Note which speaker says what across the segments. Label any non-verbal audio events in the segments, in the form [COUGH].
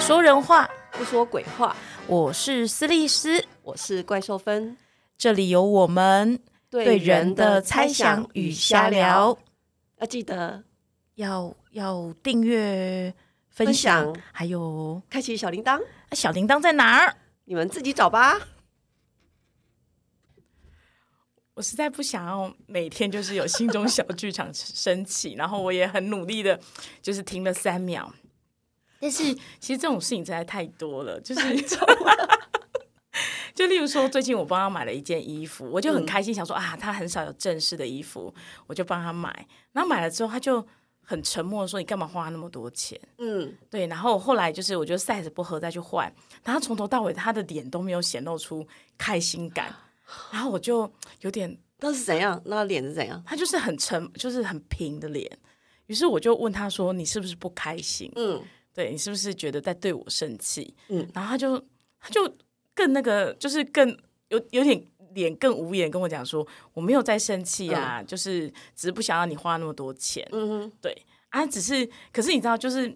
Speaker 1: 说人话，
Speaker 2: 不说鬼话。
Speaker 1: 我是斯利斯，
Speaker 2: 我是怪兽芬，
Speaker 1: 这里有我们对人的猜想与瞎聊，，
Speaker 2: 要记得
Speaker 1: 要要订阅、分
Speaker 2: 分
Speaker 1: 享，
Speaker 2: 享，
Speaker 1: 还有
Speaker 2: 开启小铃铛，
Speaker 1: 啊小铃铛在哪儿？
Speaker 2: 你们自己找吧。
Speaker 3: 我实在不想要每天就是有心中小剧场 [LAUGHS] 升起，然后我也很努力的，就是停了三秒。但是其实这种事情真的太多了，就是 [LAUGHS] 就例如说，最近我帮他买了一件衣服，我就很开心，想说啊，他很少有正式的衣服，我就帮他买。然后买了之后，他就很沉默地说：“你干嘛花那么多钱？”
Speaker 2: 嗯，
Speaker 3: 对，然后后来就是我就 size 不合再去换，然后从头到尾他的脸都没有显露出开心感，然后我就有点
Speaker 2: 那是怎样？那脸是怎样？
Speaker 3: 他就是很沉，就是很平的脸。于是我就问他说：“你是不是不开心？
Speaker 2: 嗯，
Speaker 3: 对你是不是觉得在对我生气？”
Speaker 2: 嗯
Speaker 3: 嗯，然后他就他就更那个，就是更有有点脸更无言，跟我讲说：“我没有在生气啊，就是只是不想让你花那么多钱。”
Speaker 2: 嗯哼，
Speaker 3: 对啊，只是可是你知道，就是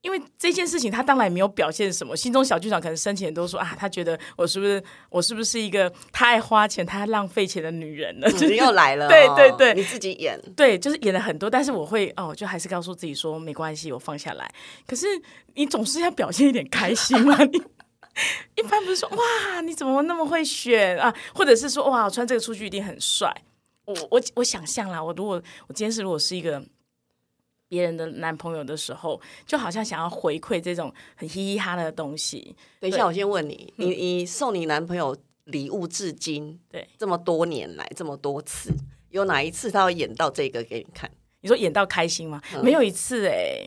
Speaker 3: 因为这件事情，他当然没有表现什么，心中小剧场可能生前都说啊，他觉得我是不是我是不是一个太爱花钱、太爱浪费钱的女人了？就是
Speaker 2: 你又来了哦，
Speaker 3: 对对对
Speaker 2: 你自己演，
Speaker 3: 对，就是演了很多，但是我会哦，就还是告诉自己说没关系，我放下来。可是你总是要表现一点开心嘛，你。一般不是说哇，你怎么那么会选啊？或者是说哇，我穿这个出去一定很帅。我我我想象啦，我如果我今天是如果是一个别人的男朋友的时候，就好像想要回馈这种很嘻嘻哈的东西。
Speaker 2: 等一下，我先问你，你你送你男朋友礼物至今，
Speaker 3: 对，
Speaker 2: 这么多年来这么多次，有哪一次他要演到这个给你看？ [LAUGHS]
Speaker 3: 你说演到开心吗？
Speaker 2: 嗯
Speaker 3: 没有一次哎、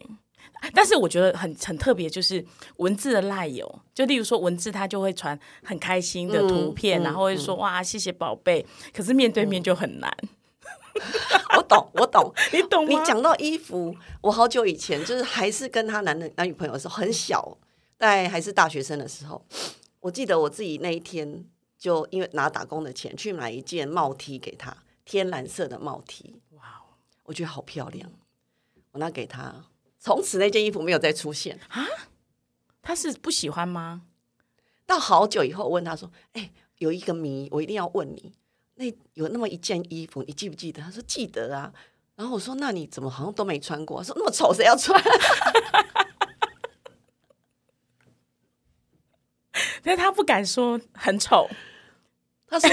Speaker 3: 但是我觉得很很特别，就是文字的赖友，就例如说文字，他就会传很开心的图片，
Speaker 2: 嗯嗯嗯
Speaker 3: 然后会说、哇谢谢宝贝，可是面对面就很难，
Speaker 2: 我懂，我懂。
Speaker 3: 你懂
Speaker 2: 你
Speaker 3: 吗？
Speaker 2: 讲到衣服，我好久以前就是还是跟他男的男女朋友的时候，很小，在还是大学生的时候，我记得我自己那一天就因为拿打工的钱去买一件帽 T 给他，天蓝色的帽 T，
Speaker 3: 哇哦
Speaker 2: 我觉得好漂亮，我拿给他，从此那件衣服没有再出现。
Speaker 3: 他是不喜欢吗？ [LAUGHS]
Speaker 2: 到好久以后，我问他说：“哎、有一个谜，我一定要问你。那有那么一件衣服，你记不记得？”他说：“记得啊。”然后我说：“那你怎么好像都没穿过？”他说：“那么丑，谁要穿
Speaker 3: 但是他不敢说很丑，？”
Speaker 2: 他
Speaker 3: [LAUGHS]
Speaker 2: 说：“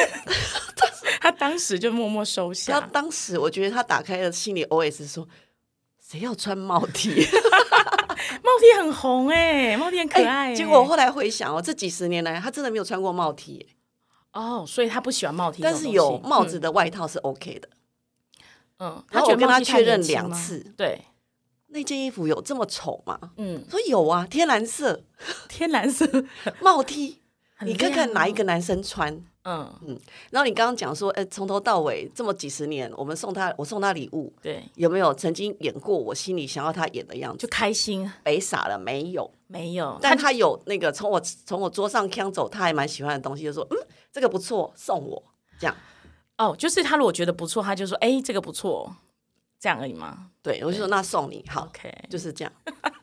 Speaker 3: 他当时就默默收
Speaker 2: 他
Speaker 3: 下。
Speaker 2: 当时我觉得他打开了心里 OS 说：谁要穿帽
Speaker 3: [LAUGHS]
Speaker 2: T？
Speaker 3: 帽 T 很红哎、帽 T 很可爱、欸
Speaker 2: 结果我后来回想哦，这几十年来他真的没有穿过帽 T，耶
Speaker 3: 哦所以他不喜欢帽 T，
Speaker 2: 但是有帽子的外套是 OK 的。
Speaker 3: 嗯，嗯
Speaker 2: 然后我
Speaker 3: 觉得
Speaker 2: 跟
Speaker 3: 帽
Speaker 2: 他
Speaker 3: T 太
Speaker 2: 确认
Speaker 3: 年轻
Speaker 2: 两
Speaker 3: 吗
Speaker 2: 次
Speaker 3: 对，
Speaker 2: 那件衣服有这么丑吗？
Speaker 3: 嗯，
Speaker 2: 说有啊，天蓝色
Speaker 3: [LAUGHS] 天蓝色，
Speaker 2: 帽 T，
Speaker 3: 很
Speaker 2: 你看
Speaker 3: 亮
Speaker 2: 看哪一
Speaker 3: 啊
Speaker 2: 个男生穿？
Speaker 3: 嗯，
Speaker 2: 然后你刚刚讲说，呃，从头到尾这么几十年，我们送他，我送他礼物，
Speaker 3: 对，
Speaker 2: 有没有曾经演过我心里想要他演的样
Speaker 3: 就
Speaker 2: 子？
Speaker 3: 开心
Speaker 2: 北傻了没有？
Speaker 3: 没有，
Speaker 2: 但他有那个从我从我桌上抢走他还蛮喜欢的东西，就说嗯，这个不错，送我这样。
Speaker 3: 哦，就是他如果觉得不错，他就说哎、这个不错，这样而已吗
Speaker 2: 对，我就说那送你好，
Speaker 3: ？OK，
Speaker 2: 就是这样，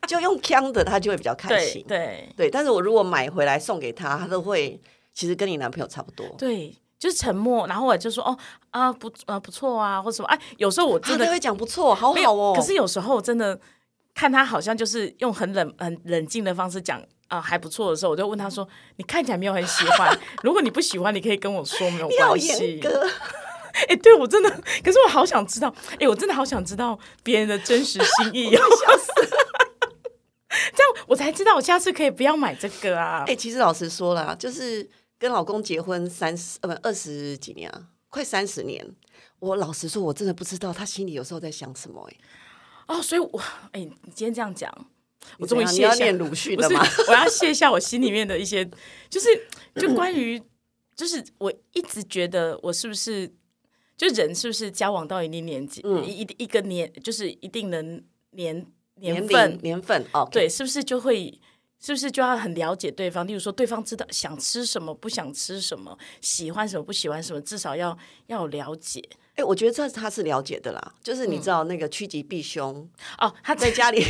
Speaker 2: 就用抢的他就会比较开
Speaker 3: 对
Speaker 2: 心。
Speaker 3: 对
Speaker 2: 对但是我如果买回来送给他，他都会其实跟你男朋友差不多。
Speaker 3: 对，就是沉默，然后我就说哦啊不啊不错啊，或什么哎、有时候我
Speaker 2: 啊他
Speaker 3: 真
Speaker 2: 都
Speaker 3: 的
Speaker 2: 会讲不错，好
Speaker 3: 没
Speaker 2: 好
Speaker 3: 有，
Speaker 2: 哦。
Speaker 3: 可是有时候真的看他好像就是用很冷很冷静的方式讲。啊、还不错的时候，我就问他说：“你看起来没有很喜
Speaker 2: [LAUGHS]
Speaker 3: 欢，如果你不喜欢，你可以跟我说，没有
Speaker 2: 你好
Speaker 3: 关系
Speaker 2: 严。”格，
Speaker 3: 哎、对我真的，可是我好想知道，哎、我真的好想知道别人的真实心意、
Speaker 2: [LAUGHS]
Speaker 3: 哦，笑死！这样我才知道，我下次可以不要买这个啊。
Speaker 2: 哎、其实老实说啦，就是跟老公结婚三十呃不二十几年啊，快三十年。我老实说，我真的不知道他心里有时候在想什么、哎，
Speaker 3: 哦，所以我，哎、你今天这样讲，我
Speaker 2: 我
Speaker 3: 终于
Speaker 2: 你
Speaker 3: 卸
Speaker 2: 要
Speaker 3: 下
Speaker 2: 念鲁迅
Speaker 3: 不
Speaker 2: 了
Speaker 3: 是
Speaker 2: 吗？，
Speaker 3: [LAUGHS] 我要卸下我心里面的一些，就是就关于，就是我一直觉得我是不是，就人是不是交往到一定年纪，
Speaker 2: 嗯
Speaker 3: 一一个年，就是一定能年年
Speaker 2: 年
Speaker 3: 份
Speaker 2: 龄年份哦，
Speaker 3: 对，是不是就会，是不是就要很了解对方？例如说，对方知道想吃什么，不想吃什么，喜欢什么，不喜欢什么，至少要要有了解
Speaker 2: 哎、我觉得这他是了解的啦，
Speaker 3: 嗯
Speaker 2: 就是你知道那个趋吉避凶，
Speaker 3: 哦。他
Speaker 2: [LAUGHS] 在家里，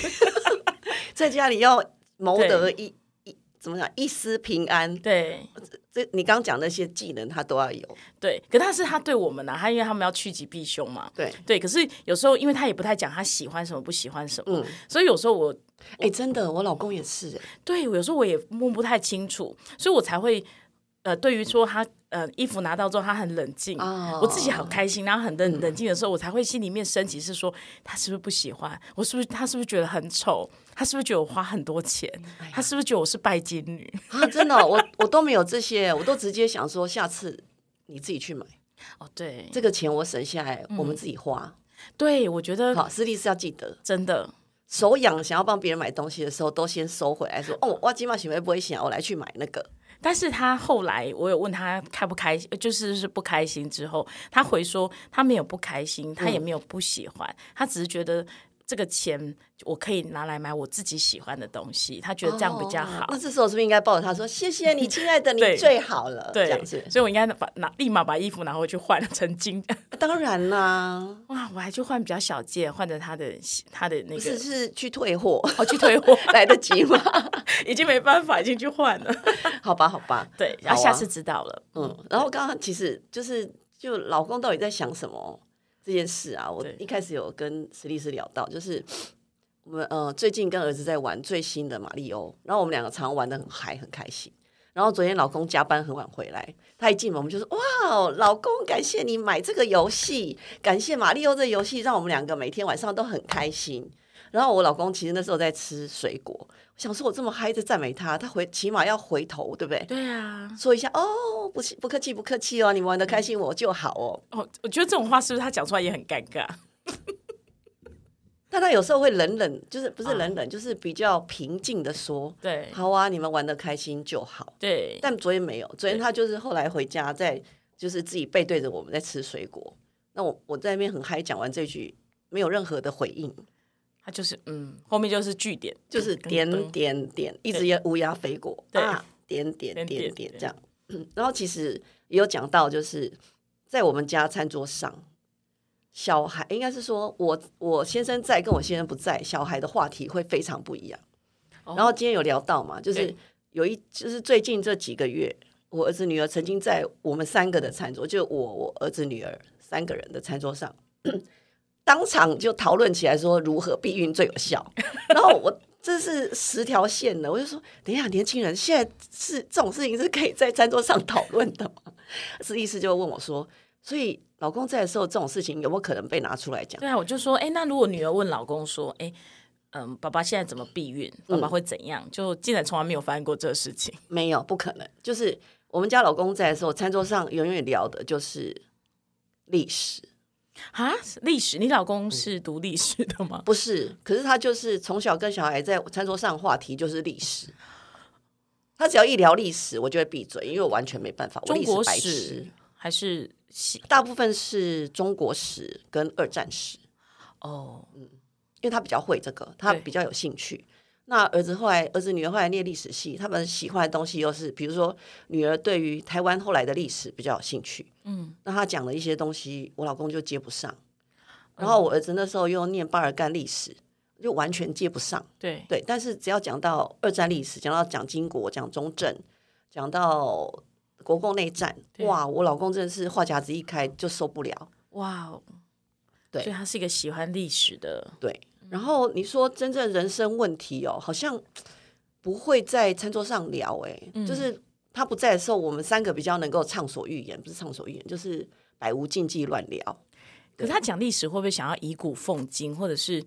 Speaker 2: 在家里要谋得一一怎么讲一丝平安。
Speaker 3: 对
Speaker 2: 这你刚讲那些技能，他都要有。
Speaker 3: 对，可他是他对我们呢、啊，他因为他们要趋吉避凶嘛。
Speaker 2: 对，
Speaker 3: 对，可是有时候因为他也不太讲他喜欢什么不喜欢什么，
Speaker 2: 嗯，
Speaker 3: 所以有时候我
Speaker 2: 哎、真的，我老公也是、哎
Speaker 3: 对有时候我也摸不太清楚，所以我才会呃，对于说他呃衣服拿到之后他很冷静，
Speaker 2: 哦
Speaker 3: 我自己好开心，然后很冷冷静的时候，我才会心里面升起是说他是不是不喜欢我，是不是他是不是觉得很丑，他是不是觉得我花很多钱，他是不是觉得我是拜金女？
Speaker 2: 啊，真的哦、我我都没有这些，我都直接想说下次你自己去买，
Speaker 3: 哦，对，
Speaker 2: 这个钱我省下来，我
Speaker 3: 嗯
Speaker 2: 们自己花。
Speaker 3: [LAUGHS] 对我觉得
Speaker 2: 好，私立是要记得，
Speaker 3: 真的
Speaker 2: 手痒想要帮别人买东西的时候，都先收回来说，哦，我今晚行不会想，我来去买那个。
Speaker 3: 但是他后来我有问他开不开心，呃就是是不开心之后，他回说他没有不开心，他也没有不喜欢，他只是觉得这个钱我可以拿来买我自己喜欢的东西，他觉得这样比较好。
Speaker 2: 哦那这时候是不是应该抱着他说：“谢谢你，亲爱的，你
Speaker 3: [LAUGHS] 对
Speaker 2: 最好了。”这
Speaker 3: 对
Speaker 2: 样子，，
Speaker 3: 所以我应该把拿立马把衣服拿回去换成
Speaker 2: [LAUGHS]
Speaker 3: 金。
Speaker 2: 啊当然啦，
Speaker 3: 哇，我还去换比较小件，换成他的他的那
Speaker 2: 不
Speaker 3: 个 [LAUGHS]
Speaker 2: 是，是去退货 [LAUGHS]
Speaker 3: 我去退货，
Speaker 2: 来得及吗？ [LAUGHS]
Speaker 3: 已经没办法，已经去换了。
Speaker 2: 好吧，好吧，
Speaker 3: 对，
Speaker 2: 好啊
Speaker 3: 然后下次知道了。
Speaker 2: 嗯。然后刚刚其实就是就老公到底在想什么这件事啊？我
Speaker 3: 对
Speaker 2: 一开始有跟史律师聊到，就是我们呃最近跟儿子在玩最新的马里欧，然后我们两个常玩的很嗨，很开心。然后昨天老公加班很晚回来，他一进门我们就说：“哇哦，老公，感谢你买这个游戏，感谢马里奥这个游戏，让我们两个每天晚上都很开心。”然后我老公其实那时候在吃水果，我想说我这么嗨在赞美他，他回起码要回头，对不对？
Speaker 3: 对啊，
Speaker 2: 说一下哦，不是不客气不客气哦，你们玩的
Speaker 3: 嗯
Speaker 2: 开心我就好哦。
Speaker 3: 哦，我觉得这种话是不是他讲出来也很尴尬？
Speaker 2: 但他有时候会冷冷，就是不是
Speaker 3: 啊
Speaker 2: 冷冷，就是比较平静的说，
Speaker 3: 对
Speaker 2: 好啊，你们玩的开心就好。
Speaker 3: 对，
Speaker 2: 但昨天没有，昨天他就是后来回家在就是自己背对着我们在吃水果，那我我在那边很嗨，讲完这句没有任何的回应，
Speaker 3: 他就是嗯，后面就是据点，
Speaker 2: 就是点点点，一直也乌鸦飞过，
Speaker 3: 对
Speaker 2: 啊，点点
Speaker 3: 点
Speaker 2: 点
Speaker 3: 点
Speaker 2: 点
Speaker 3: 点
Speaker 2: 这样。嗯然后其实也有讲到，就是在我们家餐桌上，小孩应该是说我我先生在跟我先生不在，小孩的话题会非常不一样。
Speaker 3: 哦
Speaker 2: 然后今天有聊到嘛，就是
Speaker 3: 对
Speaker 2: 有一就是最近这几个月，我儿子女儿曾经在我们三个的餐桌，就我我儿子女儿三个人的餐桌上， [CLEARS THROAT] 当场就讨论起来说如何避孕最有效。然后我这是十条线的，我就说，等一下，年轻人现在是这种事情是可以在餐桌上讨论的吗？是意思就问我说，所以老公在的时候，这种事情有没有可能被拿出来讲？
Speaker 3: 对啊，我就说，哎、那如果女儿问老公说，哎、嗯，爸爸现在怎么避孕？爸爸会怎样？就竟然从来没有发生过这个事情。
Speaker 2: 没有，不可能。就是我们家老公在的时候，餐桌上永远聊的就是历史，
Speaker 3: 啊，历史，你老公是读历史的吗？
Speaker 2: 不是？可是他就是从小跟小孩在餐桌上话题就是历史。他只要一聊历史，我就会闭嘴，因为我完全没办法，我
Speaker 3: 中
Speaker 2: 历
Speaker 3: 国
Speaker 2: 白
Speaker 3: 史
Speaker 2: 痴。
Speaker 3: 还是西？
Speaker 2: 大部分是中国史跟二战史，
Speaker 3: 哦，
Speaker 2: 因为他比较会这个，他
Speaker 3: 对
Speaker 2: 比较有兴趣。那儿子后来，儿子女儿后来念历史系，他们喜欢的东西又是，比如说女儿对于台湾后来的历史比较有兴趣，
Speaker 3: 嗯，
Speaker 2: 那他讲的一些东西，我老公就接不上。
Speaker 3: 嗯
Speaker 2: 然后我儿子那时候又念巴尔干历史，就完全接不上。
Speaker 3: 对，
Speaker 2: 对，但是只要讲到二战历史，讲到蒋经国、讲中正，讲到国共内战，
Speaker 3: 对
Speaker 2: 哇，我老公真的是话匣子一开就受不了。
Speaker 3: 哇哦，
Speaker 2: 对
Speaker 3: 所以他是一个喜欢历史的，
Speaker 2: 对，然后你说真正人生问题哦，好像不会在餐桌上聊、哎、
Speaker 3: 嗯
Speaker 2: 就是他不在的时候，我们三个比较能够畅所欲言，不是畅所欲言，就是百无禁忌乱聊。
Speaker 3: 可是他讲历史会不会想要以古奉今，或者是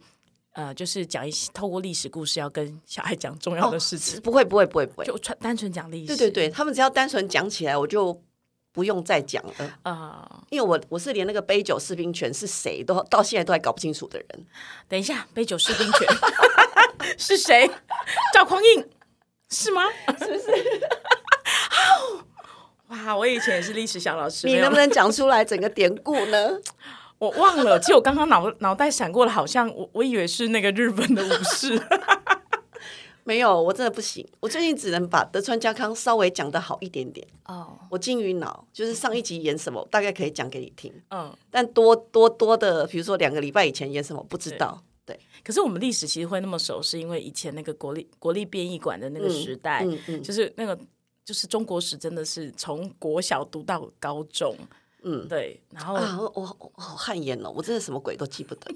Speaker 3: 呃，就是讲一些透过历史故事要跟小孩讲重要的事情，
Speaker 2: 哦不会，不会，不会，不会。
Speaker 3: 哦就纯单纯讲历史？
Speaker 2: 对对，对，他们只要单纯讲起来，我就不用再讲了，
Speaker 3: 啊、
Speaker 2: 因为我我是连那个杯酒释兵权是谁都到现在都还搞不清楚的人。
Speaker 3: 等一下，杯酒释兵
Speaker 2: [LAUGHS]
Speaker 3: 权是谁？赵匡胤是吗？是不 [LAUGHS] 是？哇，我以前也是历史小老师，
Speaker 2: 你能不
Speaker 3: 没有
Speaker 2: 能讲出来整个典故呢？
Speaker 3: 我忘了，其实我刚刚脑脑袋闪过了，好像我我以为是那个日本的武
Speaker 2: [LAUGHS]
Speaker 3: 士。
Speaker 2: [LAUGHS] 没有，我真的不行，我最近只能把德川家康稍微讲得好一点点。
Speaker 3: 哦，
Speaker 2: 我金鱼脑，就是上一集演什么，我大概可以讲给你听，
Speaker 3: 嗯，
Speaker 2: 但多多多的，比如说两个礼拜以前演什么，不知道。对，
Speaker 3: 可是我们历史其实会那么熟，是因为以前那个国立国立编译馆的那个时代，
Speaker 2: 嗯嗯嗯
Speaker 3: 就是那个就是中国史真的是从国小读到高中，
Speaker 2: 嗯
Speaker 3: 对，然后、
Speaker 2: 啊，我我我我好汗颜哦，我真的什么鬼都记不得。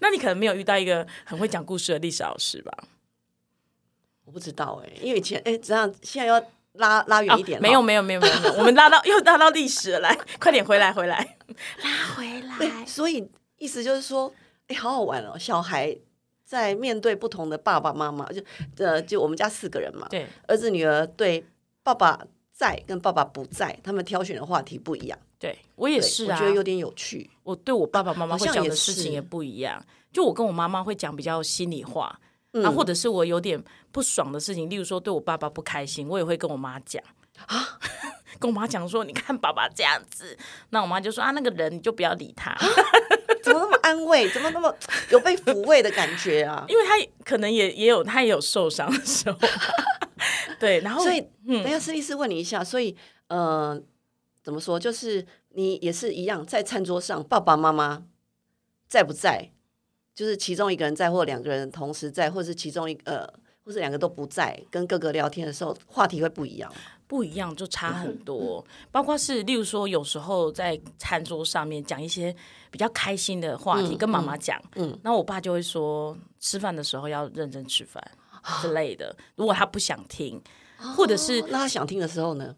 Speaker 3: 那你可能没有遇到一个很会讲故事的历史老师吧？
Speaker 2: 我不知道哎、因为以前哎，这样现在要拉拉远一点、哦
Speaker 3: 啊没有，没有没有没有，没有我们拉到 [LAUGHS] 又拉到历史了来，快点回来回
Speaker 2: [LAUGHS]
Speaker 3: 来。
Speaker 1: 拉回
Speaker 2: 对，
Speaker 1: 来，
Speaker 2: 哎所以意思就是说，哎，好好玩哦，小孩在面对不同的爸爸妈妈，就呃，就我们家四个人嘛，
Speaker 3: 对，
Speaker 2: 儿子女儿对爸爸在跟爸爸不在，他们挑选的话题不一样，
Speaker 3: 对我也
Speaker 2: 对，
Speaker 3: 是
Speaker 2: 我
Speaker 3: 啊，
Speaker 2: 觉得有点有趣，
Speaker 3: 我对我爸爸妈妈
Speaker 2: 好
Speaker 3: 会
Speaker 2: 像
Speaker 3: 讲
Speaker 2: 也
Speaker 3: 的事情
Speaker 2: 是
Speaker 3: 也不一样。就我跟我妈妈会讲比较心里话，
Speaker 2: 嗯
Speaker 3: 啊，或者是我有点不爽的事情，例如说对我爸爸不开心，我也会跟我妈讲啊， [LAUGHS] 跟我妈讲说，你看爸爸这样子，那我妈就说啊，那个人你就不要理他， [LAUGHS]
Speaker 2: 怎么那么安慰，怎么那么有被抚慰的感觉啊？
Speaker 3: 因为他可能也也有他也有受伤的时
Speaker 2: [LAUGHS]
Speaker 3: 候， [LAUGHS] 对，然后
Speaker 2: 所以，
Speaker 3: 嗯
Speaker 2: 等一下，斯利斯问你一下，所以，呃，怎么说？就是你也是一样，在餐桌上，爸爸妈妈在不在？就是其中一个人在，或两个人同时在，或是其中一个呃，或是两个都不在，跟哥哥聊天的时候，话题会不一样。
Speaker 3: 不一样就差
Speaker 2: 嗯
Speaker 3: 很多，包括是例如说，有时候在餐桌上面讲一些比较开心的话题，
Speaker 2: 嗯
Speaker 3: 跟妈妈讲，
Speaker 2: 嗯
Speaker 3: 那我爸就会说，吃饭的时候要认真吃饭之类的。如果他不想听，或者是
Speaker 2: 哦那他想听的时候呢，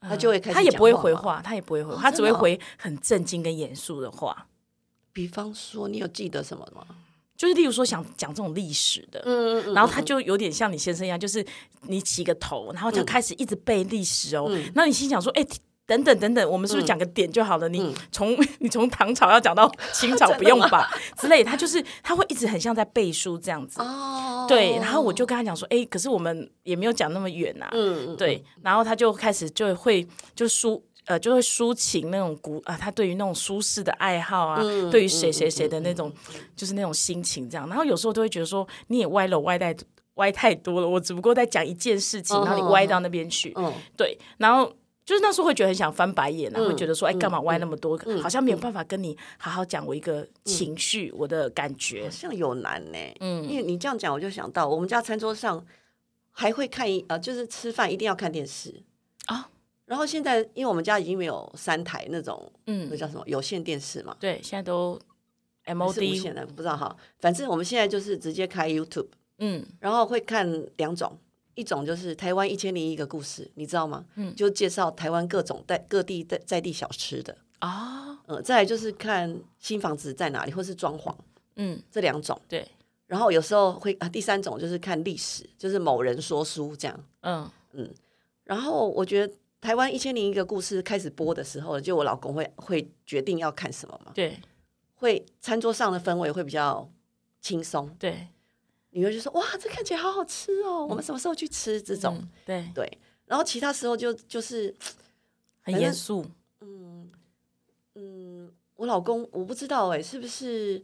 Speaker 3: 呃
Speaker 2: 他就会开始
Speaker 3: 他也不会
Speaker 2: 讲话
Speaker 3: 回
Speaker 2: 吗
Speaker 3: 话，他也不会回话，
Speaker 2: 哦
Speaker 3: 他只
Speaker 2: 真
Speaker 3: 会
Speaker 2: 的哦
Speaker 3: 回很震惊跟严肃的话。
Speaker 2: 比方说，你有记得什么吗？
Speaker 3: 就是例如说想讲这种历史的，
Speaker 2: 嗯嗯
Speaker 3: 然后他就有点像你先生一样，就是你起个头，然后就开始一直背历史哦。那、你心想说，哎、等等等等，我们是不是讲个点就好了？你从你从唐朝要讲到清朝，不用吧？ [LAUGHS] 之类的，他就是他会一直很像在背书这样子。
Speaker 2: 哦，
Speaker 3: 对，然后我就跟他讲说，哎、可是我们也没有讲那么远啊。
Speaker 2: 嗯，嗯，
Speaker 3: 对，然后他就开始就会就抒呃就会抒情那种古啊，他对于那种舒适的爱好啊，
Speaker 2: 嗯
Speaker 3: 对于谁谁谁的那种、就是那种心情这样。然后有时候都会觉得说你也歪了歪太歪太多了，我只不过在讲一件事情，然后你歪到那边去，
Speaker 2: 嗯，
Speaker 3: 对，然后。就是那时候会觉得很想翻白眼啊，会觉得
Speaker 2: 嗯
Speaker 3: 说，哎，干嘛歪那么多？好像没有办法跟你好好讲我一
Speaker 2: 嗯
Speaker 3: 个情绪，我的感觉
Speaker 2: 好。像有难呢、
Speaker 3: 嗯
Speaker 2: 因为你这样讲，我就想到我们家餐桌上还会看一呃，就是吃饭一定要看电视
Speaker 3: 啊。
Speaker 2: 然后现在，因为我们家已经没有三台那种那
Speaker 3: 嗯，
Speaker 2: 叫什么有线电视嘛，
Speaker 3: 对，现在都
Speaker 2: 还是无
Speaker 3: MOD，
Speaker 2: 线的，不知道哈。反正我们现在就是直接开 YouTube，
Speaker 3: 嗯，
Speaker 2: 然后会看两种，一种就是台湾一千零一个故事，你知道吗？
Speaker 3: 嗯
Speaker 2: 就介绍台湾各种在各地在在地小吃的。
Speaker 3: 哦，
Speaker 2: 呃，再来就是看新房子在哪里，或是装潢
Speaker 3: 嗯，
Speaker 2: 这两种。
Speaker 3: 对，
Speaker 2: 然后有时候会啊，第三种就是看历史，就是某人说书这样。
Speaker 3: 嗯，
Speaker 2: 然后我觉得台湾一千零一个故事开始播的时候，就我老公会会决定要看什么嘛，
Speaker 3: 对
Speaker 2: 会餐桌上的氛围会比较轻松，
Speaker 3: 对，
Speaker 2: 女儿就说哇，这看起来好好吃哦，我们什么时候去吃这种？
Speaker 3: 嗯对，
Speaker 2: 对，然后其他时候就就是
Speaker 3: 很
Speaker 2: 反
Speaker 3: 严
Speaker 2: 正
Speaker 3: 肃，
Speaker 2: 嗯嗯，我老公我不知道哎、是不是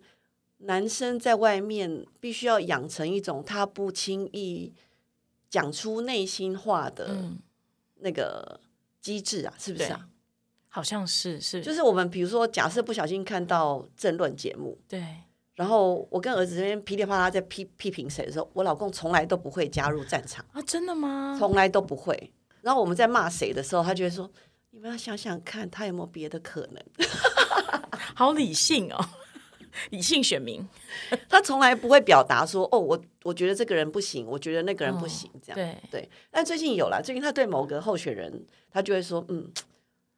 Speaker 2: 男生在外面必须要养成一种他不轻易讲出内心话的
Speaker 3: 嗯，
Speaker 2: 那个机制啊？是不是啊？
Speaker 3: 好像是是，
Speaker 2: 就是我们比如说，假设不小心看到政论节目，
Speaker 3: 对，
Speaker 2: 然后我跟儿子这边噼里啪啦在批批评谁的时候，我老公从来都不会加入战场，
Speaker 3: 啊，真的吗？
Speaker 2: 从来都不会。然后我们在骂谁的时候，他就会说：“你们要想想看，他有没有别的可能？” [LAUGHS]
Speaker 3: 好理性哦， [LAUGHS] 理性选民，
Speaker 2: 他从来不会表达说哦，我我觉得这个人不行，我觉得那个人不行，这样、
Speaker 3: 对，
Speaker 2: 哦对。但最近有了，最近他对某个候选人，他就会说嗯，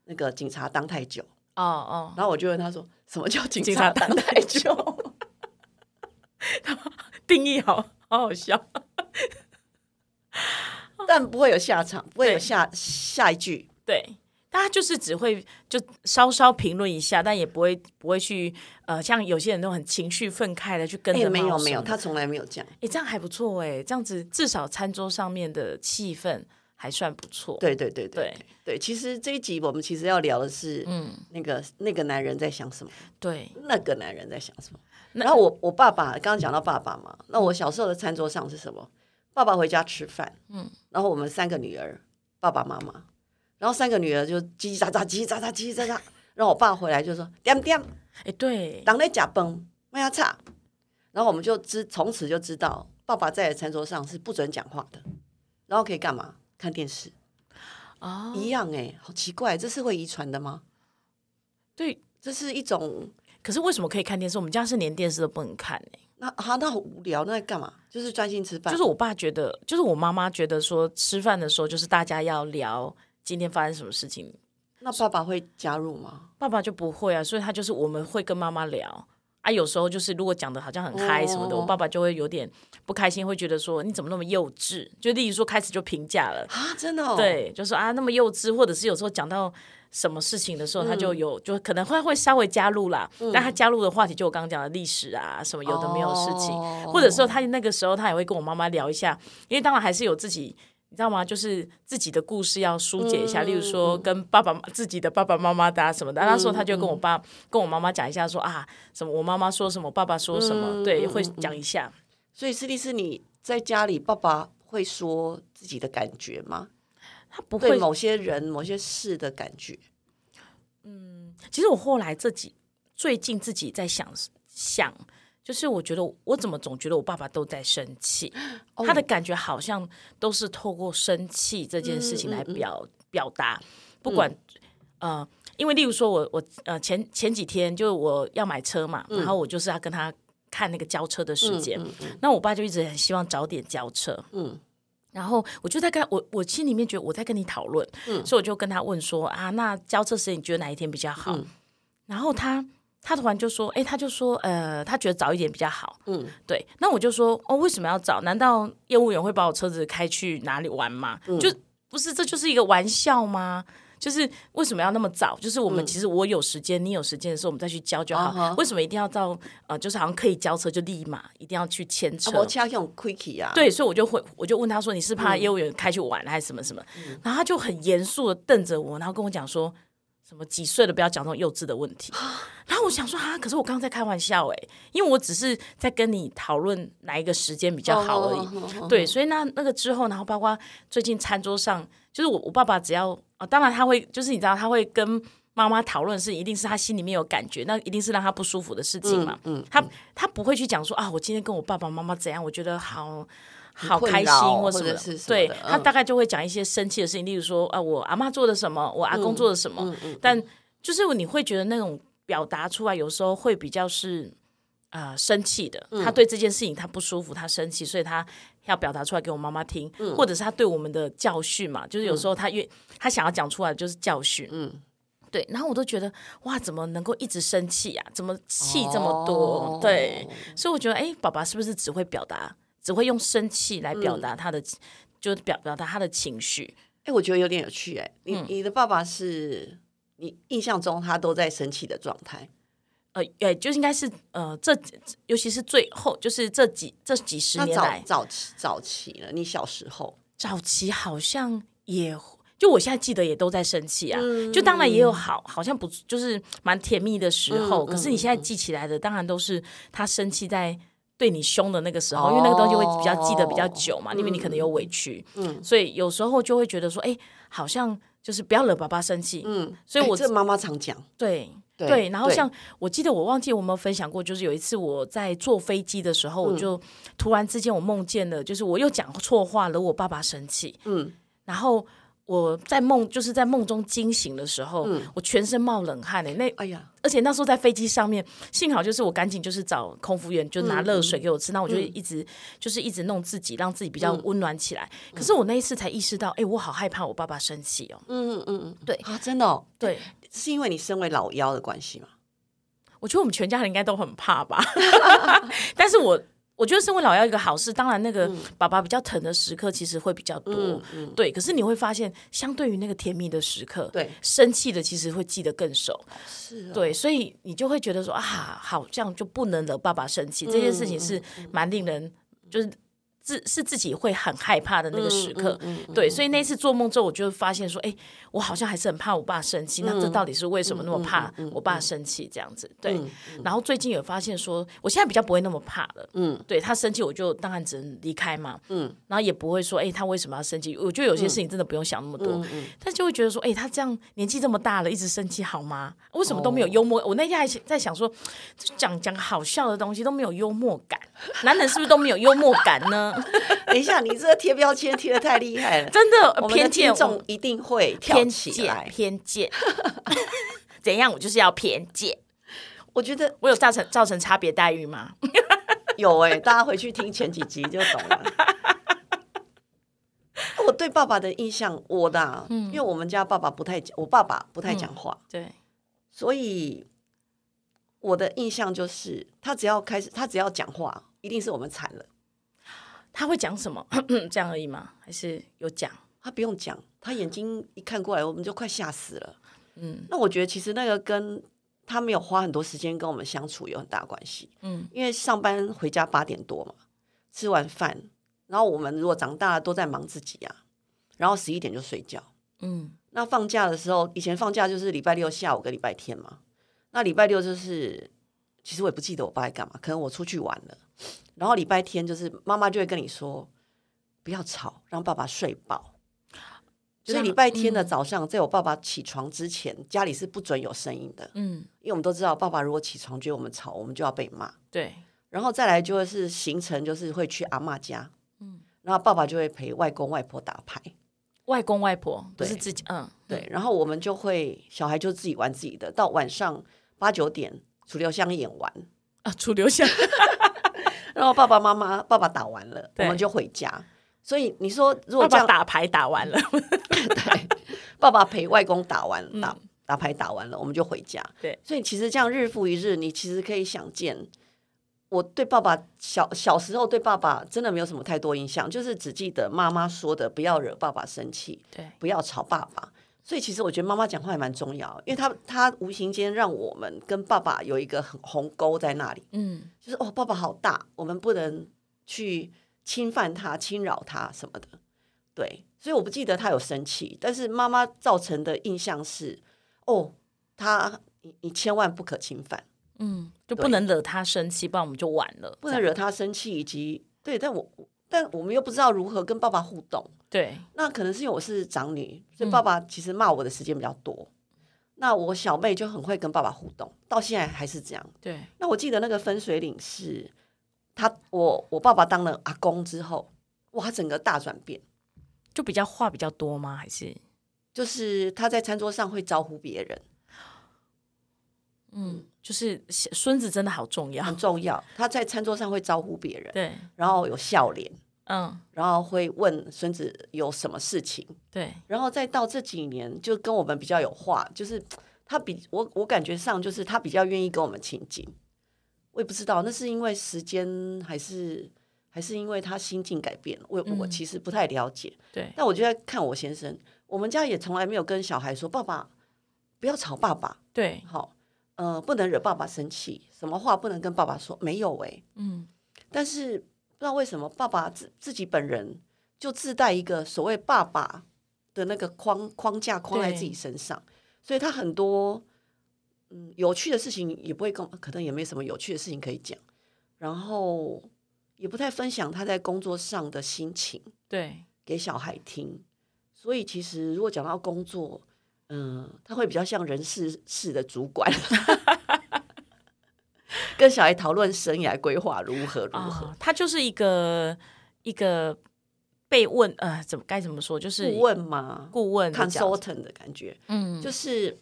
Speaker 2: 那个警察当太久。
Speaker 3: 哦哦，
Speaker 2: 然后我就问他说，什么叫警
Speaker 3: 警察
Speaker 2: 察
Speaker 3: 当
Speaker 2: 当太久？
Speaker 3: [LAUGHS] 定义好好好笑， [LAUGHS]
Speaker 2: 但不会有下场，不会有
Speaker 3: 对
Speaker 2: 下下一句。
Speaker 3: 对。大家就是只会就稍稍评论一下，但也不会不会去呃，像有些人都很情绪愤慨的去跟
Speaker 2: 哎、
Speaker 3: 着、
Speaker 2: 没有没有，他从来没有这样。
Speaker 3: 哎、这样还不错哎、这样子至少餐桌上面的气氛还算不错。
Speaker 2: 对对对对
Speaker 3: 对
Speaker 2: 对，其实这一集我们其实要聊的是，嗯，那个那个男人在想什么。
Speaker 3: 对，
Speaker 2: 那个男人在想什么。然后我我爸爸刚刚讲到爸爸嘛，那我小时候的餐桌上是什么？爸爸回家吃饭，嗯，然后我们三个女儿，爸爸妈妈，然后三个女儿就叽叽喳喳，叽叽喳喳，叽叽喳喳。然后我爸回来就说：“点点，
Speaker 3: 哎、对，
Speaker 2: 人在假崩。”没有差。然后我们就知从此就知道，爸爸在餐桌上是不准讲话的，然后可以干嘛？看电视，
Speaker 3: 哦
Speaker 2: 一样哎、好奇怪，这是会遗传的吗？
Speaker 3: 对，
Speaker 2: 这是一种
Speaker 3: 可是为什么可以看电视？我们家是连电视都不能看哎、
Speaker 2: 那啊，那好无聊，那在干嘛？就是专心吃饭，
Speaker 3: 就是我爸觉得，就是我妈妈觉得说，吃饭的时候就是大家要聊今天发生什么事情，
Speaker 2: 那爸爸会加入吗？
Speaker 3: 爸爸就不会啊，所以他就是我们会跟妈妈聊啊，有时候就是如果讲的好像很嗨什么的，
Speaker 2: 哦
Speaker 3: 我爸爸就会有点不开心，会觉得说你怎么那么幼稚？就例如说开始就评价了。
Speaker 2: 啊，真的、哦，，
Speaker 3: 对，就说啊，那么幼稚，或者是有时候讲到什么事情的时候，他
Speaker 2: 嗯
Speaker 3: 就有就可能会会稍微加入啦。但他加入的话题，就我刚刚讲的历史啊，什么有的没有的事情，
Speaker 2: 哦
Speaker 3: 或者说他那个时候他也会跟我妈妈聊一下，因为当然还是有自己。你知道吗？就是自己的故事要疏解一下，例如
Speaker 2: 嗯
Speaker 3: 说跟爸爸自己的爸爸妈妈的啊什么的。那时候他就跟
Speaker 2: 嗯
Speaker 3: 我爸、跟我妈妈讲一下说啊，什么我妈妈说什么，爸爸说什么，
Speaker 2: 嗯
Speaker 3: 对，会讲一下。
Speaker 2: 所以斯蒂是你在家里，爸爸会说自己的感觉吗？
Speaker 3: 他不
Speaker 2: 对
Speaker 3: 会
Speaker 2: 某些人、某些事的感觉，
Speaker 3: 其实我后来这几最近自己在想想，就是我觉得我怎么总觉得我爸爸都在生气，他的感觉好像都是透过生气这件事情来表、表达，不管、呃。因为，例如说我，我呃前前几天就是我要买车嘛，然后我就是要跟他看那个交车的时间，那我爸就一直很希望早点交车，
Speaker 2: 嗯，
Speaker 3: 然后我就在跟他我我心里面觉得我在跟你讨论，
Speaker 2: 嗯
Speaker 3: 所以我就跟他问说啊，那交车时间你觉得哪一天比较
Speaker 2: 嗯
Speaker 3: 好？然后他他突然就说，哎，他就说呃，他觉得早一点比较好。
Speaker 2: 嗯
Speaker 3: 嗯，对。那我就说哦，为什么要早？难道业务员会把我车子开去哪里玩吗？
Speaker 2: 嗯
Speaker 3: 就不是这就是一个玩笑吗？就是为什么要那么早？就是我们其实我有时间，你有时间的时候，我们再去交就好。
Speaker 2: 嗯啊哈
Speaker 3: 为什么一定要到呃，就是好像可以交车就立马一定要去牵
Speaker 2: 啊
Speaker 3: 车？
Speaker 2: 我恰用 quickie 啊，，
Speaker 3: 对，所以我就会我就问他说：“你是怕业务员开去玩还是什么什么？”然后他就很严肃的瞪着我，然后跟我讲说：“什么几岁了不要讲这种幼稚的问题。”然后我想说：“啊，可是我刚刚在开玩笑哎、因为我只是在跟你讨论哪一个时间比
Speaker 2: 哦
Speaker 3: 较好而已。
Speaker 2: 已
Speaker 3: 对，所以那那个之后，然后包括最近餐桌上，就是我我爸爸只要啊，当然他会就是你知道他会跟妈妈讨论是一定是他心里面有感觉，那一定是让他不舒服的事情嘛。
Speaker 2: 嗯，
Speaker 3: 他他不会去讲说啊，我今天跟我爸爸妈妈怎样，我觉得好好
Speaker 2: 困
Speaker 3: 开心
Speaker 2: 扰
Speaker 3: 或什
Speaker 2: 或
Speaker 3: 么
Speaker 2: 者
Speaker 3: 的。
Speaker 2: 是什么
Speaker 3: 对
Speaker 2: 的
Speaker 3: 他
Speaker 2: 嗯
Speaker 3: 大概就会讲一些生气的事情，例如说啊，我阿妈做的什么，我阿公做的什
Speaker 2: 嗯
Speaker 3: 么。但就是你会觉得那种表达出来，有时候会比较是。啊生气的，
Speaker 2: 嗯
Speaker 3: 他对这件事情他不舒服，他生气，所以他要表达出来给我妈妈听，
Speaker 2: 嗯
Speaker 3: 或者是他对我们的教训嘛，就是有时候他越、他想要讲出来的就是教训，嗯，对，然后我都觉得哇，怎么能够一直生气啊？怎么气这么多？
Speaker 2: 哦
Speaker 3: 对，所以我觉得，哎，爸爸是不是只会表达，只会用生气来
Speaker 2: 嗯
Speaker 3: 表达他的，就是表表达他的情绪？
Speaker 2: 哎，我觉得有点有趣哎、你、
Speaker 3: 嗯
Speaker 2: 你的爸爸是你印象中他都在生气的状态，
Speaker 3: 呃，也就是应该是呃，这尤其是最后，就是这几这几十
Speaker 2: 那
Speaker 3: 年
Speaker 2: 早
Speaker 3: 来，
Speaker 2: 早期早期了，你小时候，
Speaker 3: 早期好像也。就我现在记得也都在生气啊，
Speaker 2: 嗯
Speaker 3: 就当然也有好，好像不就是蛮甜蜜的时候。
Speaker 2: 嗯
Speaker 3: 可是你现在记起来的，当然都是他生气在对你凶的那个时
Speaker 2: 哦
Speaker 3: 候，因为那个东西会比较记得比较久嘛，因为你可能有委屈，
Speaker 2: 嗯
Speaker 3: 所以有时候就会觉得说，哎、好像就是不要惹爸爸生气。
Speaker 2: 嗯，
Speaker 3: 所以
Speaker 2: 哎
Speaker 3: 我
Speaker 2: 这妈妈常讲，
Speaker 3: 对
Speaker 2: 对
Speaker 3: 然后像我记得我忘记我们分享过，就是有一次我在坐飞机的时候，
Speaker 2: 嗯
Speaker 3: 我就突然之间我梦见了，就是我又讲错话了，我爸爸生气，
Speaker 2: 嗯，
Speaker 3: 然后。我在梦，就是在梦中惊醒的时候，
Speaker 2: 嗯
Speaker 3: 我全身冒冷汗诶、那
Speaker 2: 哎呀，
Speaker 3: 而且那时候在飞机上面，幸好就是我赶紧就是找空服员，就
Speaker 2: 嗯
Speaker 3: 拿热水给我吃，那我就一直、就是一直弄自己，让自己比
Speaker 2: 嗯
Speaker 3: 较温暖起来。可是我那一次才意识到，哎、我好害怕我爸爸生气哦。
Speaker 2: 嗯嗯嗯，
Speaker 3: 对
Speaker 2: 啊，真的、哦，
Speaker 3: 对，
Speaker 2: 是因为你身为老幺的关系吗？
Speaker 3: 我觉得我们全家人应该都很怕吧。 [LAUGHS] 但是我我觉得身为老幺一个好事，当然那个爸爸比较疼的时刻其实会比较多，
Speaker 2: 嗯
Speaker 3: 对。可是你会发现，相对于那个甜蜜的时刻，
Speaker 2: 对
Speaker 3: 生气的其实会记得更熟，
Speaker 2: 是、哦，
Speaker 3: 对。所以你就会觉得
Speaker 2: 嗯
Speaker 3: 说啊，好像就不能惹爸爸生气，这件事情是蛮令人就是。自是自己会很害怕的那个时刻。
Speaker 2: 嗯嗯嗯
Speaker 3: 对，所以那次做梦之后，我就发现说，哎、我好像还是很怕我爸生气。那这
Speaker 2: 嗯
Speaker 3: 到底是为什么那么怕我爸生气这样子？对。然后最近有发现说，我现在比较不会那么怕了。
Speaker 2: 嗯，
Speaker 3: 对他生气，我就当然只能离开嘛。
Speaker 2: 嗯，
Speaker 3: 然后也不会说，哎、他为什么要生气？我觉得有些事情真的不用想那么多，
Speaker 2: 嗯
Speaker 3: 但就会觉得说，哎、他这样年纪这么大了，一直生气好吗？为什么都没有
Speaker 2: 哦
Speaker 3: 幽默？我那天还在想说，就讲讲好笑的东西都没有幽默感，男人是不是都没有幽默感呢？ [LAUGHS]
Speaker 2: 等一下，你这个贴标签贴的太厉害了，
Speaker 3: 真的
Speaker 2: 我们的
Speaker 3: 偏见
Speaker 2: 听，众一定会跳
Speaker 3: 偏
Speaker 2: 起
Speaker 3: 见，
Speaker 2: 来。
Speaker 3: 偏见， [LAUGHS] 怎样？我就是要偏见。
Speaker 2: 我觉得
Speaker 3: 我有造成造成差别待遇吗？
Speaker 2: 有哎、大家回去听前几集就懂了。我对爸爸的印象，我的啊、因为我们家爸爸不太讲，我爸爸不太讲话，
Speaker 3: 对，
Speaker 2: 所以我的印象就是，他只要开始，他只要讲话，一定是我们惨了。
Speaker 3: 他会讲什么？ [COUGHS] 这样而已吗？还是有讲？
Speaker 2: 他不用讲，他眼睛一看过来，我们就快吓死了。
Speaker 3: 嗯
Speaker 2: 那我觉得其实那个跟他没有花很多时间跟我们相处有很大关系。
Speaker 3: 嗯
Speaker 2: 因为上班回家八点多嘛，吃完饭，然后我们如果长大了都在忙自己啊，然后十一点就睡觉。
Speaker 3: 嗯
Speaker 2: 那放假的时候，以前放假就是礼拜六下午跟礼拜天嘛。那礼拜六就是，其实我也不记得我爸在干嘛，可能我出去玩了。然后礼拜天就是妈妈就会跟你说，不要吵，让爸爸睡饱。所以礼拜天的早上，在我爸爸起床之前，家里是不准有声音的，
Speaker 3: 嗯，
Speaker 2: 因为我们都知道，爸爸如果起床觉得我们吵，我们就要被骂。
Speaker 3: 对，
Speaker 2: 然后再来就是行程，就是会去阿嬷家，
Speaker 3: 嗯
Speaker 2: 然后爸爸就会陪外公外婆打牌，
Speaker 3: 外公外婆不
Speaker 2: 对
Speaker 3: 是自己，嗯，
Speaker 2: 对，然后我们就会小孩就自己玩自己的，到晚上八九点楚留香演完，
Speaker 3: 啊，楚留
Speaker 2: [LAUGHS]
Speaker 3: 香，
Speaker 2: 然后爸爸妈妈爸爸打完了，我
Speaker 3: 对
Speaker 2: 们就回家。所以你说如果
Speaker 3: 爸
Speaker 2: 这
Speaker 3: 爸
Speaker 2: 样，
Speaker 3: 打牌打完了，
Speaker 2: [LAUGHS] 爸爸陪外公打完打、打牌打完了，我们就回家。
Speaker 3: 嗯对，
Speaker 2: 所以其实这样日复一日，你其实可以想见，我对爸爸小小时候对爸爸真的没有什么太多印象，就是只记得妈妈说的不要惹爸爸生气，
Speaker 3: 对，
Speaker 2: 不要吵爸爸。所以其实我觉得妈妈讲话也蛮重要，因为她她无形间让我们跟爸爸有一个很鸿沟在那里，
Speaker 3: 嗯
Speaker 2: 就是哦，爸爸好大，我们不能去侵犯他、侵扰他什么的。对，所以我不记得他有生气，但是妈妈造成的印象是，哦，他你你千万不可侵犯，
Speaker 3: 嗯，就
Speaker 2: 对
Speaker 3: 不能惹他生气，不然我们就完了，
Speaker 2: 不能惹他生气，以及对，但我但我们又不知道如何跟爸爸互动。
Speaker 3: 这样，
Speaker 2: 那可能是因为我是长女，所以
Speaker 3: 嗯
Speaker 2: 爸爸其实骂我的时间比较多。那我小妹就很会跟爸爸互动，到现在还是这样。
Speaker 3: 对对，
Speaker 2: 那我记得那个分水岭是他，我我爸爸当了阿公之后，哇，他整个大转变，
Speaker 3: 就比较话比较多吗？还是
Speaker 2: 就是他在餐桌上会招呼别人，
Speaker 3: 嗯，就是孙子真的好重要
Speaker 2: 很，重要。他在餐桌上会招呼别人，
Speaker 3: 对，
Speaker 2: 然后有笑脸，
Speaker 3: 嗯
Speaker 2: 然后会问孙子有什么事情，
Speaker 3: 对，
Speaker 2: 然后再到这几年就跟我们比较有话，就是他比我我感觉上就是他比较愿意跟我们亲近。我也不知道那是因为时间还是还是因为他心境改变了，我我
Speaker 3: 嗯
Speaker 2: 其实不太了解。
Speaker 3: 对，
Speaker 2: 但我就在看我先生，我们家也从来没有跟小孩说爸爸不要吵爸爸，
Speaker 3: 对，
Speaker 2: 好，呃，不能惹爸爸生气，什么话不能跟爸爸说，没有诶、欸
Speaker 3: 嗯
Speaker 2: 但是不知道为什么，爸爸自自己本人就自带一个所谓爸爸的那个框框架框在自己身上，所以他很多嗯有趣的事情也不会跟，可能也没什么有趣的事情可以讲，然后也不太分享他在工作上的心情。
Speaker 3: 对，
Speaker 2: 给小孩听。所以其实如果讲到工作，嗯、他会比较像人事室的主管， [LAUGHS] 跟小孩讨论生涯规划如何如何。
Speaker 3: 啊，他就是一个一个被问，呃，怎么该怎么说，就是
Speaker 2: 顾问吗
Speaker 3: 顾问的角色
Speaker 2: ？consultant 的感觉，
Speaker 3: 嗯，
Speaker 2: 就是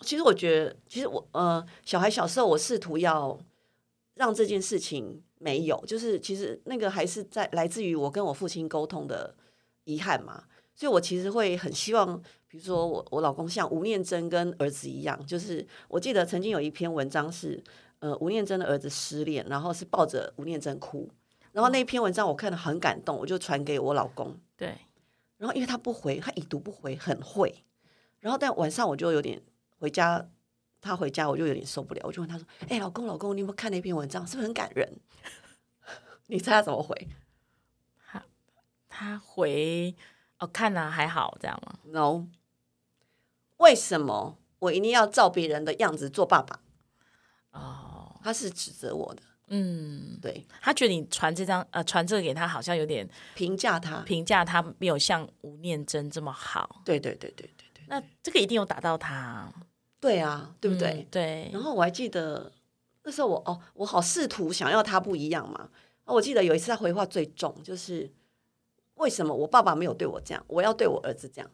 Speaker 2: 其实我觉得，其实我呃，小孩小时候我试图要让这件事情没有，就是其实那个还是在来自于我跟我父亲沟通的遗憾嘛，所以我其实会很希望，比如说我我老公像吴念真跟儿子一样，就是我记得曾经有一篇文章是，呃，吴念真的儿子失恋，然后是抱着吴念真哭，然
Speaker 3: 哦
Speaker 2: 后那篇文章我看了很感动，我就传给我老公，
Speaker 3: 对，
Speaker 2: 然后因为他不回，他已读不回，很会。然后但晚上我就有点回家，他回家我就有点受不了，我就问他说：“哎、老 [LAUGHS] 公，老公，你有没有看那篇文章？是不是很感人？”你猜他怎么回？
Speaker 3: 他回哦看啊还好这样吗？
Speaker 2: No，为什么我一定要照别人的样子做爸爸？
Speaker 3: 哦，
Speaker 2: 他是指责我的，
Speaker 3: 嗯，
Speaker 2: 对，
Speaker 3: 他觉得你传这张呃传这个给他，好像有点
Speaker 2: 评价他，
Speaker 3: 评价他没有像吴念真这么好。
Speaker 2: 对对对对对对，
Speaker 3: 那这个一定有打到他，
Speaker 2: 对啊，对不对？
Speaker 3: 嗯对，
Speaker 2: 然后我还记得那时候我哦，我好试图想要他不一样嘛。啊我记得有一次他回话最重，就是为什么我爸爸没有对我这样，我要对我儿子这样？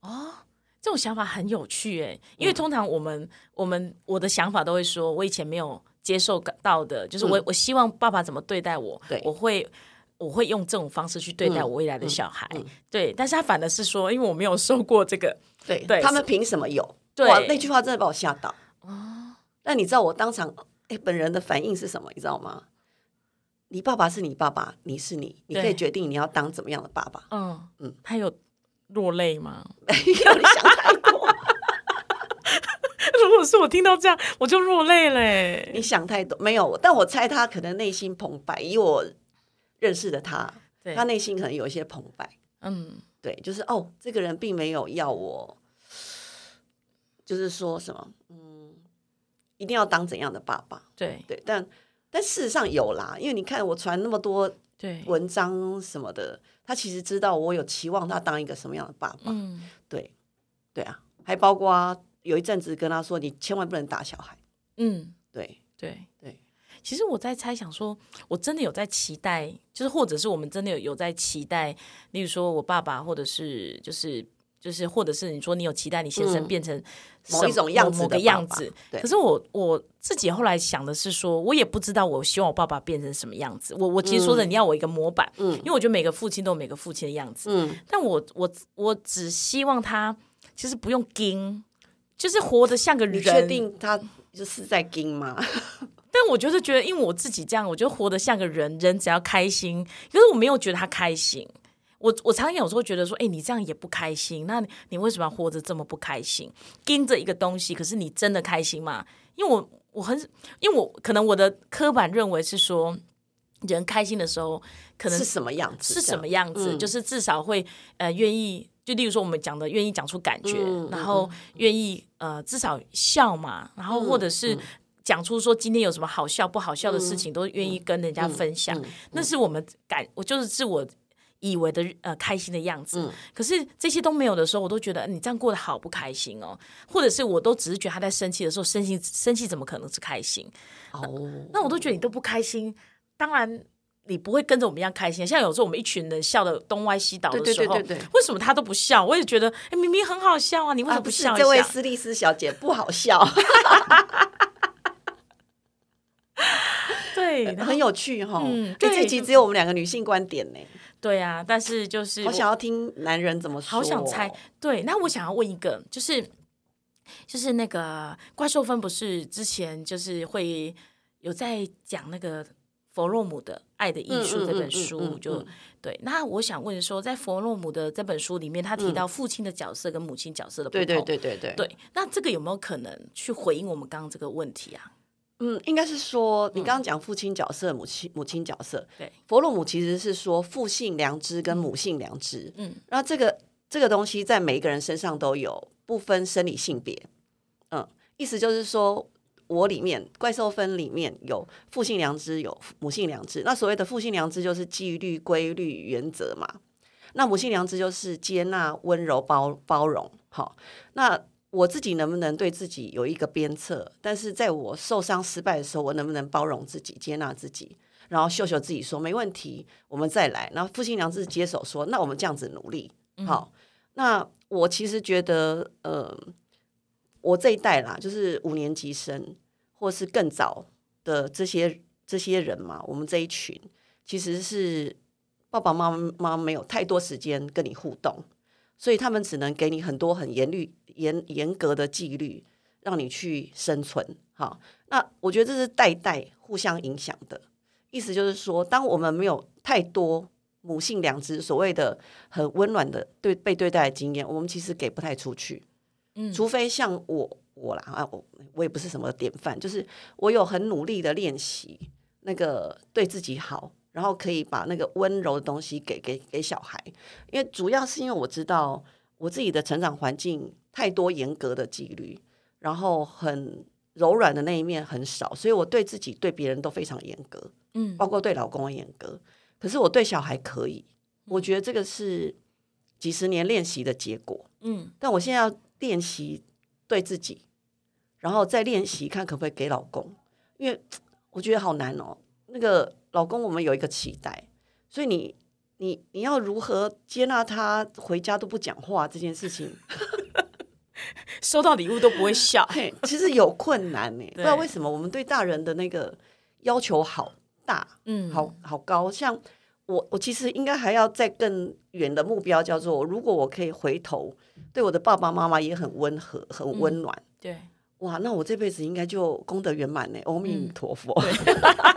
Speaker 3: 哦，这种想法很有趣哎，因
Speaker 2: 嗯
Speaker 3: 为通常我们、我们我的想法都会说，我以前没有接受到的，就是我、
Speaker 2: 嗯
Speaker 3: 我希望爸爸怎么对待我，
Speaker 2: 对
Speaker 3: 我会。我会用这种方式去对待我未来的小孩，
Speaker 2: 嗯嗯嗯
Speaker 3: 对。但是他反而是说，因为我没有受过这个，
Speaker 2: 对，
Speaker 3: 对
Speaker 2: 他们凭什么有？
Speaker 3: 对哦
Speaker 2: 哇，那句话真的把我吓到。那你知道我当场哎，本人的反应是什么？你知道吗？你爸爸是你爸爸，你是你，你可以
Speaker 3: 对
Speaker 2: 决定你要当怎么样的爸爸。 [LAUGHS]
Speaker 3: 嗯
Speaker 2: 嗯
Speaker 3: 嗯，他有落泪吗？
Speaker 2: 没有你想太多，
Speaker 3: [LAUGHS] 如果是我听到这样，我就落泪欸嘞。
Speaker 2: 你想太多，没有。但我猜他可能内心澎湃，以我认识的他，
Speaker 3: 对
Speaker 2: 他内心可能有一些澎湃。
Speaker 3: 嗯，
Speaker 2: 对，就是哦，这个人并没有要我，就是说什么，嗯，一定要当怎样的爸爸？
Speaker 3: 对
Speaker 2: 对，但但事实上有啦，因为你看我传那么多
Speaker 3: 对，
Speaker 2: 文章什么的，他其实知道我有期望他当一个什么样的爸爸。
Speaker 3: 嗯，
Speaker 2: 对，对啊，还包括有一阵子跟他说，你千万不能打小孩。
Speaker 3: 嗯，
Speaker 2: 对
Speaker 3: 对
Speaker 2: 对。
Speaker 3: 其实我在猜想说，我真的有在期待，就是或者是我们真的有有在期待，例如说我爸爸，或者是就是就是，或者是你说你有期待你先生
Speaker 2: 嗯
Speaker 3: 变成
Speaker 2: 某
Speaker 3: 什
Speaker 2: 一种
Speaker 3: 么
Speaker 2: 样子
Speaker 3: 某个
Speaker 2: 的爸
Speaker 3: 样
Speaker 2: 爸
Speaker 3: 子。
Speaker 2: 对
Speaker 3: 可是我我自己后来想的是说，我也不知道我希望我爸爸变成什么样子。我我其实说的，你要我一个模板，
Speaker 2: 嗯
Speaker 3: 因为我觉得每个父亲都有每个父亲的样子，
Speaker 2: 嗯，
Speaker 3: 但我我我只希望他其实不用盯，就是活得像个人。
Speaker 2: 你确？定他就是在盯吗？
Speaker 3: 但我就是觉得，因为我自己这样，我就活得像个人，人只要开心。可是我没有觉得他开心。我我常常有时候觉得说，哎、你这样也不开心，那你你为什么要活着这么不开心？盯着一个东西，可是你真的开心吗？因为我我很，因为我可能我的刻板认为是说，人开心的时候可能
Speaker 2: 是什么样子？
Speaker 3: 是什么样子，
Speaker 2: 嗯
Speaker 3: 就是至少会呃愿意，就例如说我们讲的愿意讲出感觉，
Speaker 2: 嗯
Speaker 3: 然后愿意呃至少笑嘛，然后
Speaker 2: 嗯
Speaker 3: 或者是讲出说今天有什么好笑不好笑的事情，都愿
Speaker 2: 嗯
Speaker 3: 意跟人家分享，那是我们感我就是自我。以为的呃开心的样
Speaker 2: 嗯
Speaker 3: 子，可是这些都没有的时候，我都觉得呃你这样过得好不开心哦，或者是我都只是觉得他在生气的时候，生气生气怎么可能是开心？
Speaker 2: 哦，
Speaker 3: 那我都觉得你都不开心，当然你不会跟着我们一样开心。像有时候我们一群人笑的东歪西倒的
Speaker 2: 对对
Speaker 3: 时候，
Speaker 2: 对对对
Speaker 3: 为什么他都不笑？我也觉得，哎，明明很好笑啊，你为什
Speaker 2: 啊，
Speaker 3: 么
Speaker 2: 不是
Speaker 3: 笑一
Speaker 2: 这位
Speaker 3: 下？
Speaker 2: 斯丽斯小姐不好笑，
Speaker 3: [LAUGHS] 对，然后
Speaker 2: 呃很有趣哈。
Speaker 3: 嗯
Speaker 2: 哎
Speaker 3: 对
Speaker 2: 这集只有我们两个女性观点呢，
Speaker 3: 对啊，但是就是
Speaker 2: 好
Speaker 3: 我
Speaker 2: 想要听男人怎么说，
Speaker 3: 好想猜。对，那我想要问一个，就是就是那个怪兽芬不是之前就是会有在讲那个弗洛姆的《爱的艺术》
Speaker 2: 嗯嗯
Speaker 3: 这本
Speaker 2: 嗯
Speaker 3: 书，
Speaker 2: 嗯嗯
Speaker 3: 就、
Speaker 2: 嗯
Speaker 3: 对。那我想问说，在弗洛姆的这本书里面，他提到父亲的角色跟母亲角色的不
Speaker 2: 嗯对
Speaker 3: 同，
Speaker 2: 对对对
Speaker 3: 哦
Speaker 2: 对，
Speaker 3: 对，那这个有没有可能去回应我们刚刚这个问题啊？
Speaker 2: 嗯，应该是说
Speaker 3: 嗯
Speaker 2: 你刚刚讲父亲角色、母亲母亲角色，
Speaker 3: 对，
Speaker 2: 弗洛姆其实是说父性良知跟母性良知，
Speaker 3: 嗯，
Speaker 2: 那这个这个东西在每一个人身上都有，不分生理性别，嗯，意思就是说。我里面怪兽分里面有父性良知，有母性良知。那所谓的父性良知就是纪律、规律、原则嘛。那母性良知就是接纳、温柔、包包容。好，那我自己能不能对自己有一个鞭策？但是在我受伤、失败的时候，我能不能包容自己、接纳自己，然后秀秀自己说没问题，我们再来。然后父亲良知接手说，那我们这样子努力。好，那我其实觉得，呃，我这一代啦，就是五年级生或是更早的这些这些人嘛，我们这一群其实是爸爸妈妈没有太多时间跟你互动，所以他们只能给你很多很严律、严严格的纪律，让你去生存。好，那我觉得这是代代互相影响的，意思就是说，当我们没有太多母性良知，所谓的很温暖的对被对待的经验，我们其实给不太出去。
Speaker 3: 嗯
Speaker 2: 除非像我我啦啊，我我也不是什么典范，就是我有很努力的练习那个对自己好，然后可以把那个温柔的东西给给给小孩，因为主要是因为我知道我自己的成长环境太多严格的纪律，然后很柔软的那一面很少，所以我对自己对别人都非常严格，
Speaker 1: 嗯
Speaker 2: 包括对老公也严格。可是我对小孩可以，我觉得这个是几十年练习的结果。
Speaker 1: 嗯
Speaker 2: 但我现在要练习对自己，然后再练习看可不可以给老公，因为我觉得好难哦。那个老公，我们有一个期待，所以你你你要如何接纳他回家都不讲话这件事情，。
Speaker 3: 收到礼物都不会笑 [LAUGHS]
Speaker 2: 嘿其实有困难呢。不
Speaker 3: 对
Speaker 2: 知道为什么我们对大人的那个要求好大，
Speaker 1: 嗯，
Speaker 2: 好好高。像我，我其实应该还要再更远的目标，叫做如果我可以回头对我的爸爸妈妈也很温和、很
Speaker 3: 嗯
Speaker 2: 温暖，
Speaker 1: 对，
Speaker 2: 哇，那我这辈子应该就功德圆满呢。阿弥
Speaker 3: 嗯
Speaker 2: 陀佛，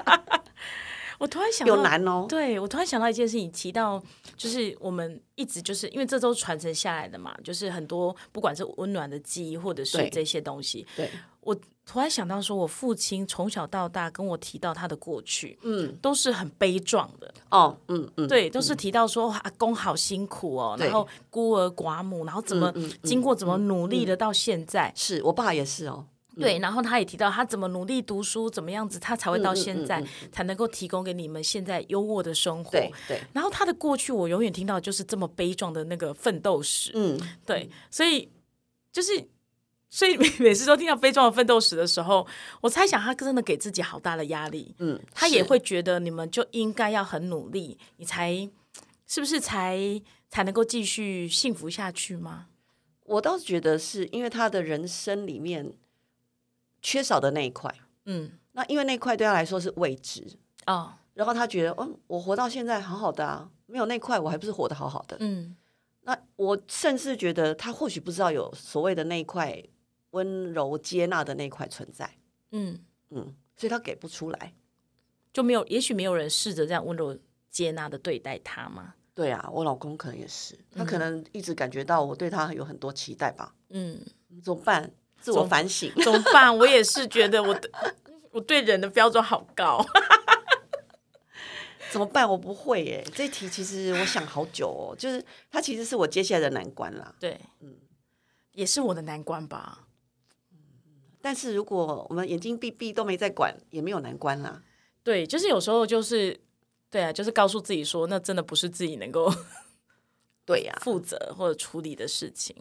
Speaker 2: [LAUGHS]
Speaker 3: 我突然想到，
Speaker 2: 有难哦。
Speaker 3: 对我突然想到一件事情，提到就是我们一直就是因为这都传承下来的嘛，就是很多不管是温暖的记忆或者是
Speaker 2: 对
Speaker 3: 这些东西，
Speaker 2: 对，
Speaker 3: 我突然想到说，我父亲从小到大跟我提到他的过去，
Speaker 2: 嗯，
Speaker 3: 都是很悲壮的，
Speaker 2: 哦，嗯嗯，
Speaker 3: 对，都是提到说哇阿公好辛苦哦，
Speaker 2: 对
Speaker 3: 然后孤儿寡母，然后怎么
Speaker 2: 嗯嗯嗯
Speaker 3: 经过怎么努力的到现在，
Speaker 2: 是我爸也是哦。
Speaker 3: 对，然后他也提到他怎么努力读书，怎么样子，他才会到
Speaker 2: 嗯嗯
Speaker 3: 现
Speaker 2: 嗯
Speaker 3: 在、
Speaker 2: 嗯
Speaker 3: 才能够提供给你们现在优渥的生活。
Speaker 2: 对对，
Speaker 3: 然后他的过去，我永远听到就是这么悲壮的那个奋斗史。
Speaker 2: 嗯，
Speaker 3: 对，所以就是。所以 [LAUGHS] 每次都听到悲壮的奋斗史的时候，我猜想他真的给自己好大的压力，
Speaker 2: 嗯，
Speaker 3: 他也
Speaker 2: 是
Speaker 3: 会觉得你们就应该要很努力，你才是不是才才能够继续幸福下去吗？
Speaker 2: 我倒是觉得是因为他的人生里面缺少的那一块，
Speaker 3: 嗯，
Speaker 2: 那因为那块对他来说是未知，
Speaker 3: 哦，
Speaker 2: 然后他觉得，嗯，我活到现在好好的啊，没有那块我还不是活得好好的。
Speaker 3: 嗯，
Speaker 2: 那我甚至觉得他或许不知道有所谓的那一块温柔接纳的那一块存在，
Speaker 3: 嗯，
Speaker 2: 嗯，所以他给不出来。
Speaker 3: 就没有，也许没有人试着这样温柔接纳的对待他嘛。
Speaker 2: 对啊，我老公可能也是，他可能一直感觉到我对他有很多期待吧，
Speaker 3: 嗯，
Speaker 2: [LAUGHS] 怎么办？自我反省。
Speaker 3: 怎么办？我也是觉得我的我对人的标准好高。
Speaker 2: [LAUGHS] 怎么办？我不会耶、这一题其实我想好久哦，就是它其实是我接下来的难关啦。
Speaker 3: 对，嗯也是我的难关吧。
Speaker 2: 但是如果我们眼睛闭闭都没在管，也没有难关啦。
Speaker 3: 对，就是有时候就是。对啊，就是告诉自己说，那真的不是自己能 [LAUGHS] 够
Speaker 2: 对呀、
Speaker 3: 负责或者处理的事情。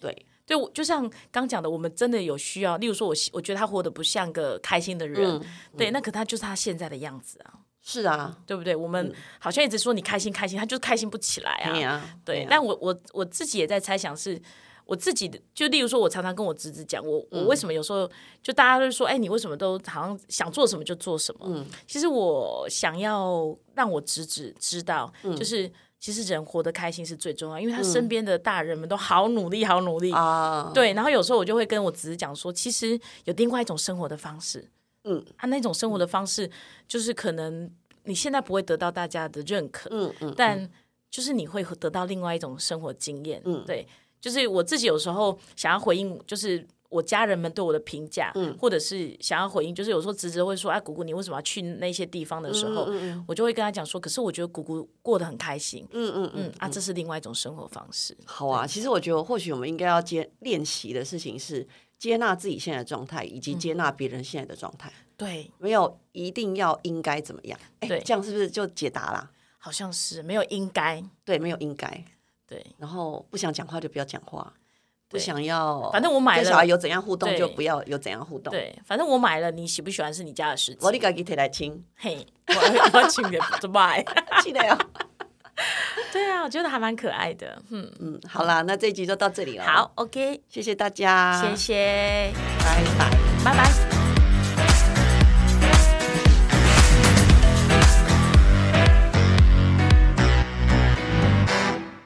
Speaker 2: 对，
Speaker 3: 对，我就像刚讲的，我们真的有需要。例如说我希，我觉得他活得不像个开心的人，
Speaker 2: 嗯
Speaker 3: 对，那可他就是他现在的样子啊，
Speaker 2: 是啊，
Speaker 3: 对不对？我们好像一直说你开心开心，他就是开心不起来
Speaker 2: 对呀，
Speaker 3: 对，
Speaker 2: 啊
Speaker 3: 但我我我自己也在猜想是。我自己的，就例如说，我常常跟我侄子讲，我我
Speaker 2: 嗯
Speaker 3: 为什么有时候就大家都说，哎、你为什么都好像想做什么就做什么？
Speaker 2: 嗯
Speaker 3: 其实我想要让我侄子知道，
Speaker 2: 嗯
Speaker 3: 就是其实人活得开心是最重要，因为他身边的大人们都好努力，好努力。
Speaker 2: 啊，
Speaker 3: 对，然后有时候我就会跟我侄子讲说，其实有另外一种生活的方式，
Speaker 2: 嗯，
Speaker 3: 他、那种生活的方式就是可能你现在不会得到大家的认可，
Speaker 2: 嗯嗯，
Speaker 3: 但就是你会得到另外一种生活经验。
Speaker 2: 嗯
Speaker 3: 对，就是我自己有时候想要回应，就是我家人们对我的评价，
Speaker 2: 嗯
Speaker 3: 或者是想要回应，就是有时候侄子会说：“哎、姑姑，你为什么要去那些地方？”的时
Speaker 2: 嗯
Speaker 3: 候，我就会跟他讲说：“可是我觉得姑姑过得很开心。”嗯
Speaker 2: 嗯
Speaker 3: 嗯啊，这是另外一种生活方式。
Speaker 2: 好啊。其实我觉得，或许我们应该要接练习的事情是接纳自己现在的状态，以
Speaker 3: 嗯
Speaker 2: 及接纳别人现在的状态。
Speaker 3: 对，
Speaker 2: 没有一定要应该怎么样，哎
Speaker 3: 对，
Speaker 2: 这样是不是就解答啦？
Speaker 3: 好像是没有应该。
Speaker 2: 对，没有应该，
Speaker 3: 对
Speaker 2: 然后不想讲话就不要讲话，不
Speaker 3: 对
Speaker 2: 想要，
Speaker 3: 反正我买
Speaker 2: 跟
Speaker 3: 了
Speaker 2: 小孩有怎样互动
Speaker 3: 对
Speaker 2: 就不要有怎样互动。，
Speaker 3: 对，反正我买了，你喜不喜欢是你家的事
Speaker 2: 我
Speaker 3: 情。
Speaker 2: 你家己提来听，
Speaker 3: 嘿，我我要请你 [LAUGHS] 怎么买？
Speaker 2: 记得哦。 [LAUGHS]
Speaker 3: 对啊，我觉得还蛮可爱的。嗯，
Speaker 2: 嗯，好啦，那这一集就到这里了。哦
Speaker 3: 好，，OK，
Speaker 2: 谢谢大家，
Speaker 3: 谢，谢，
Speaker 2: 拜拜。
Speaker 3: 拜拜。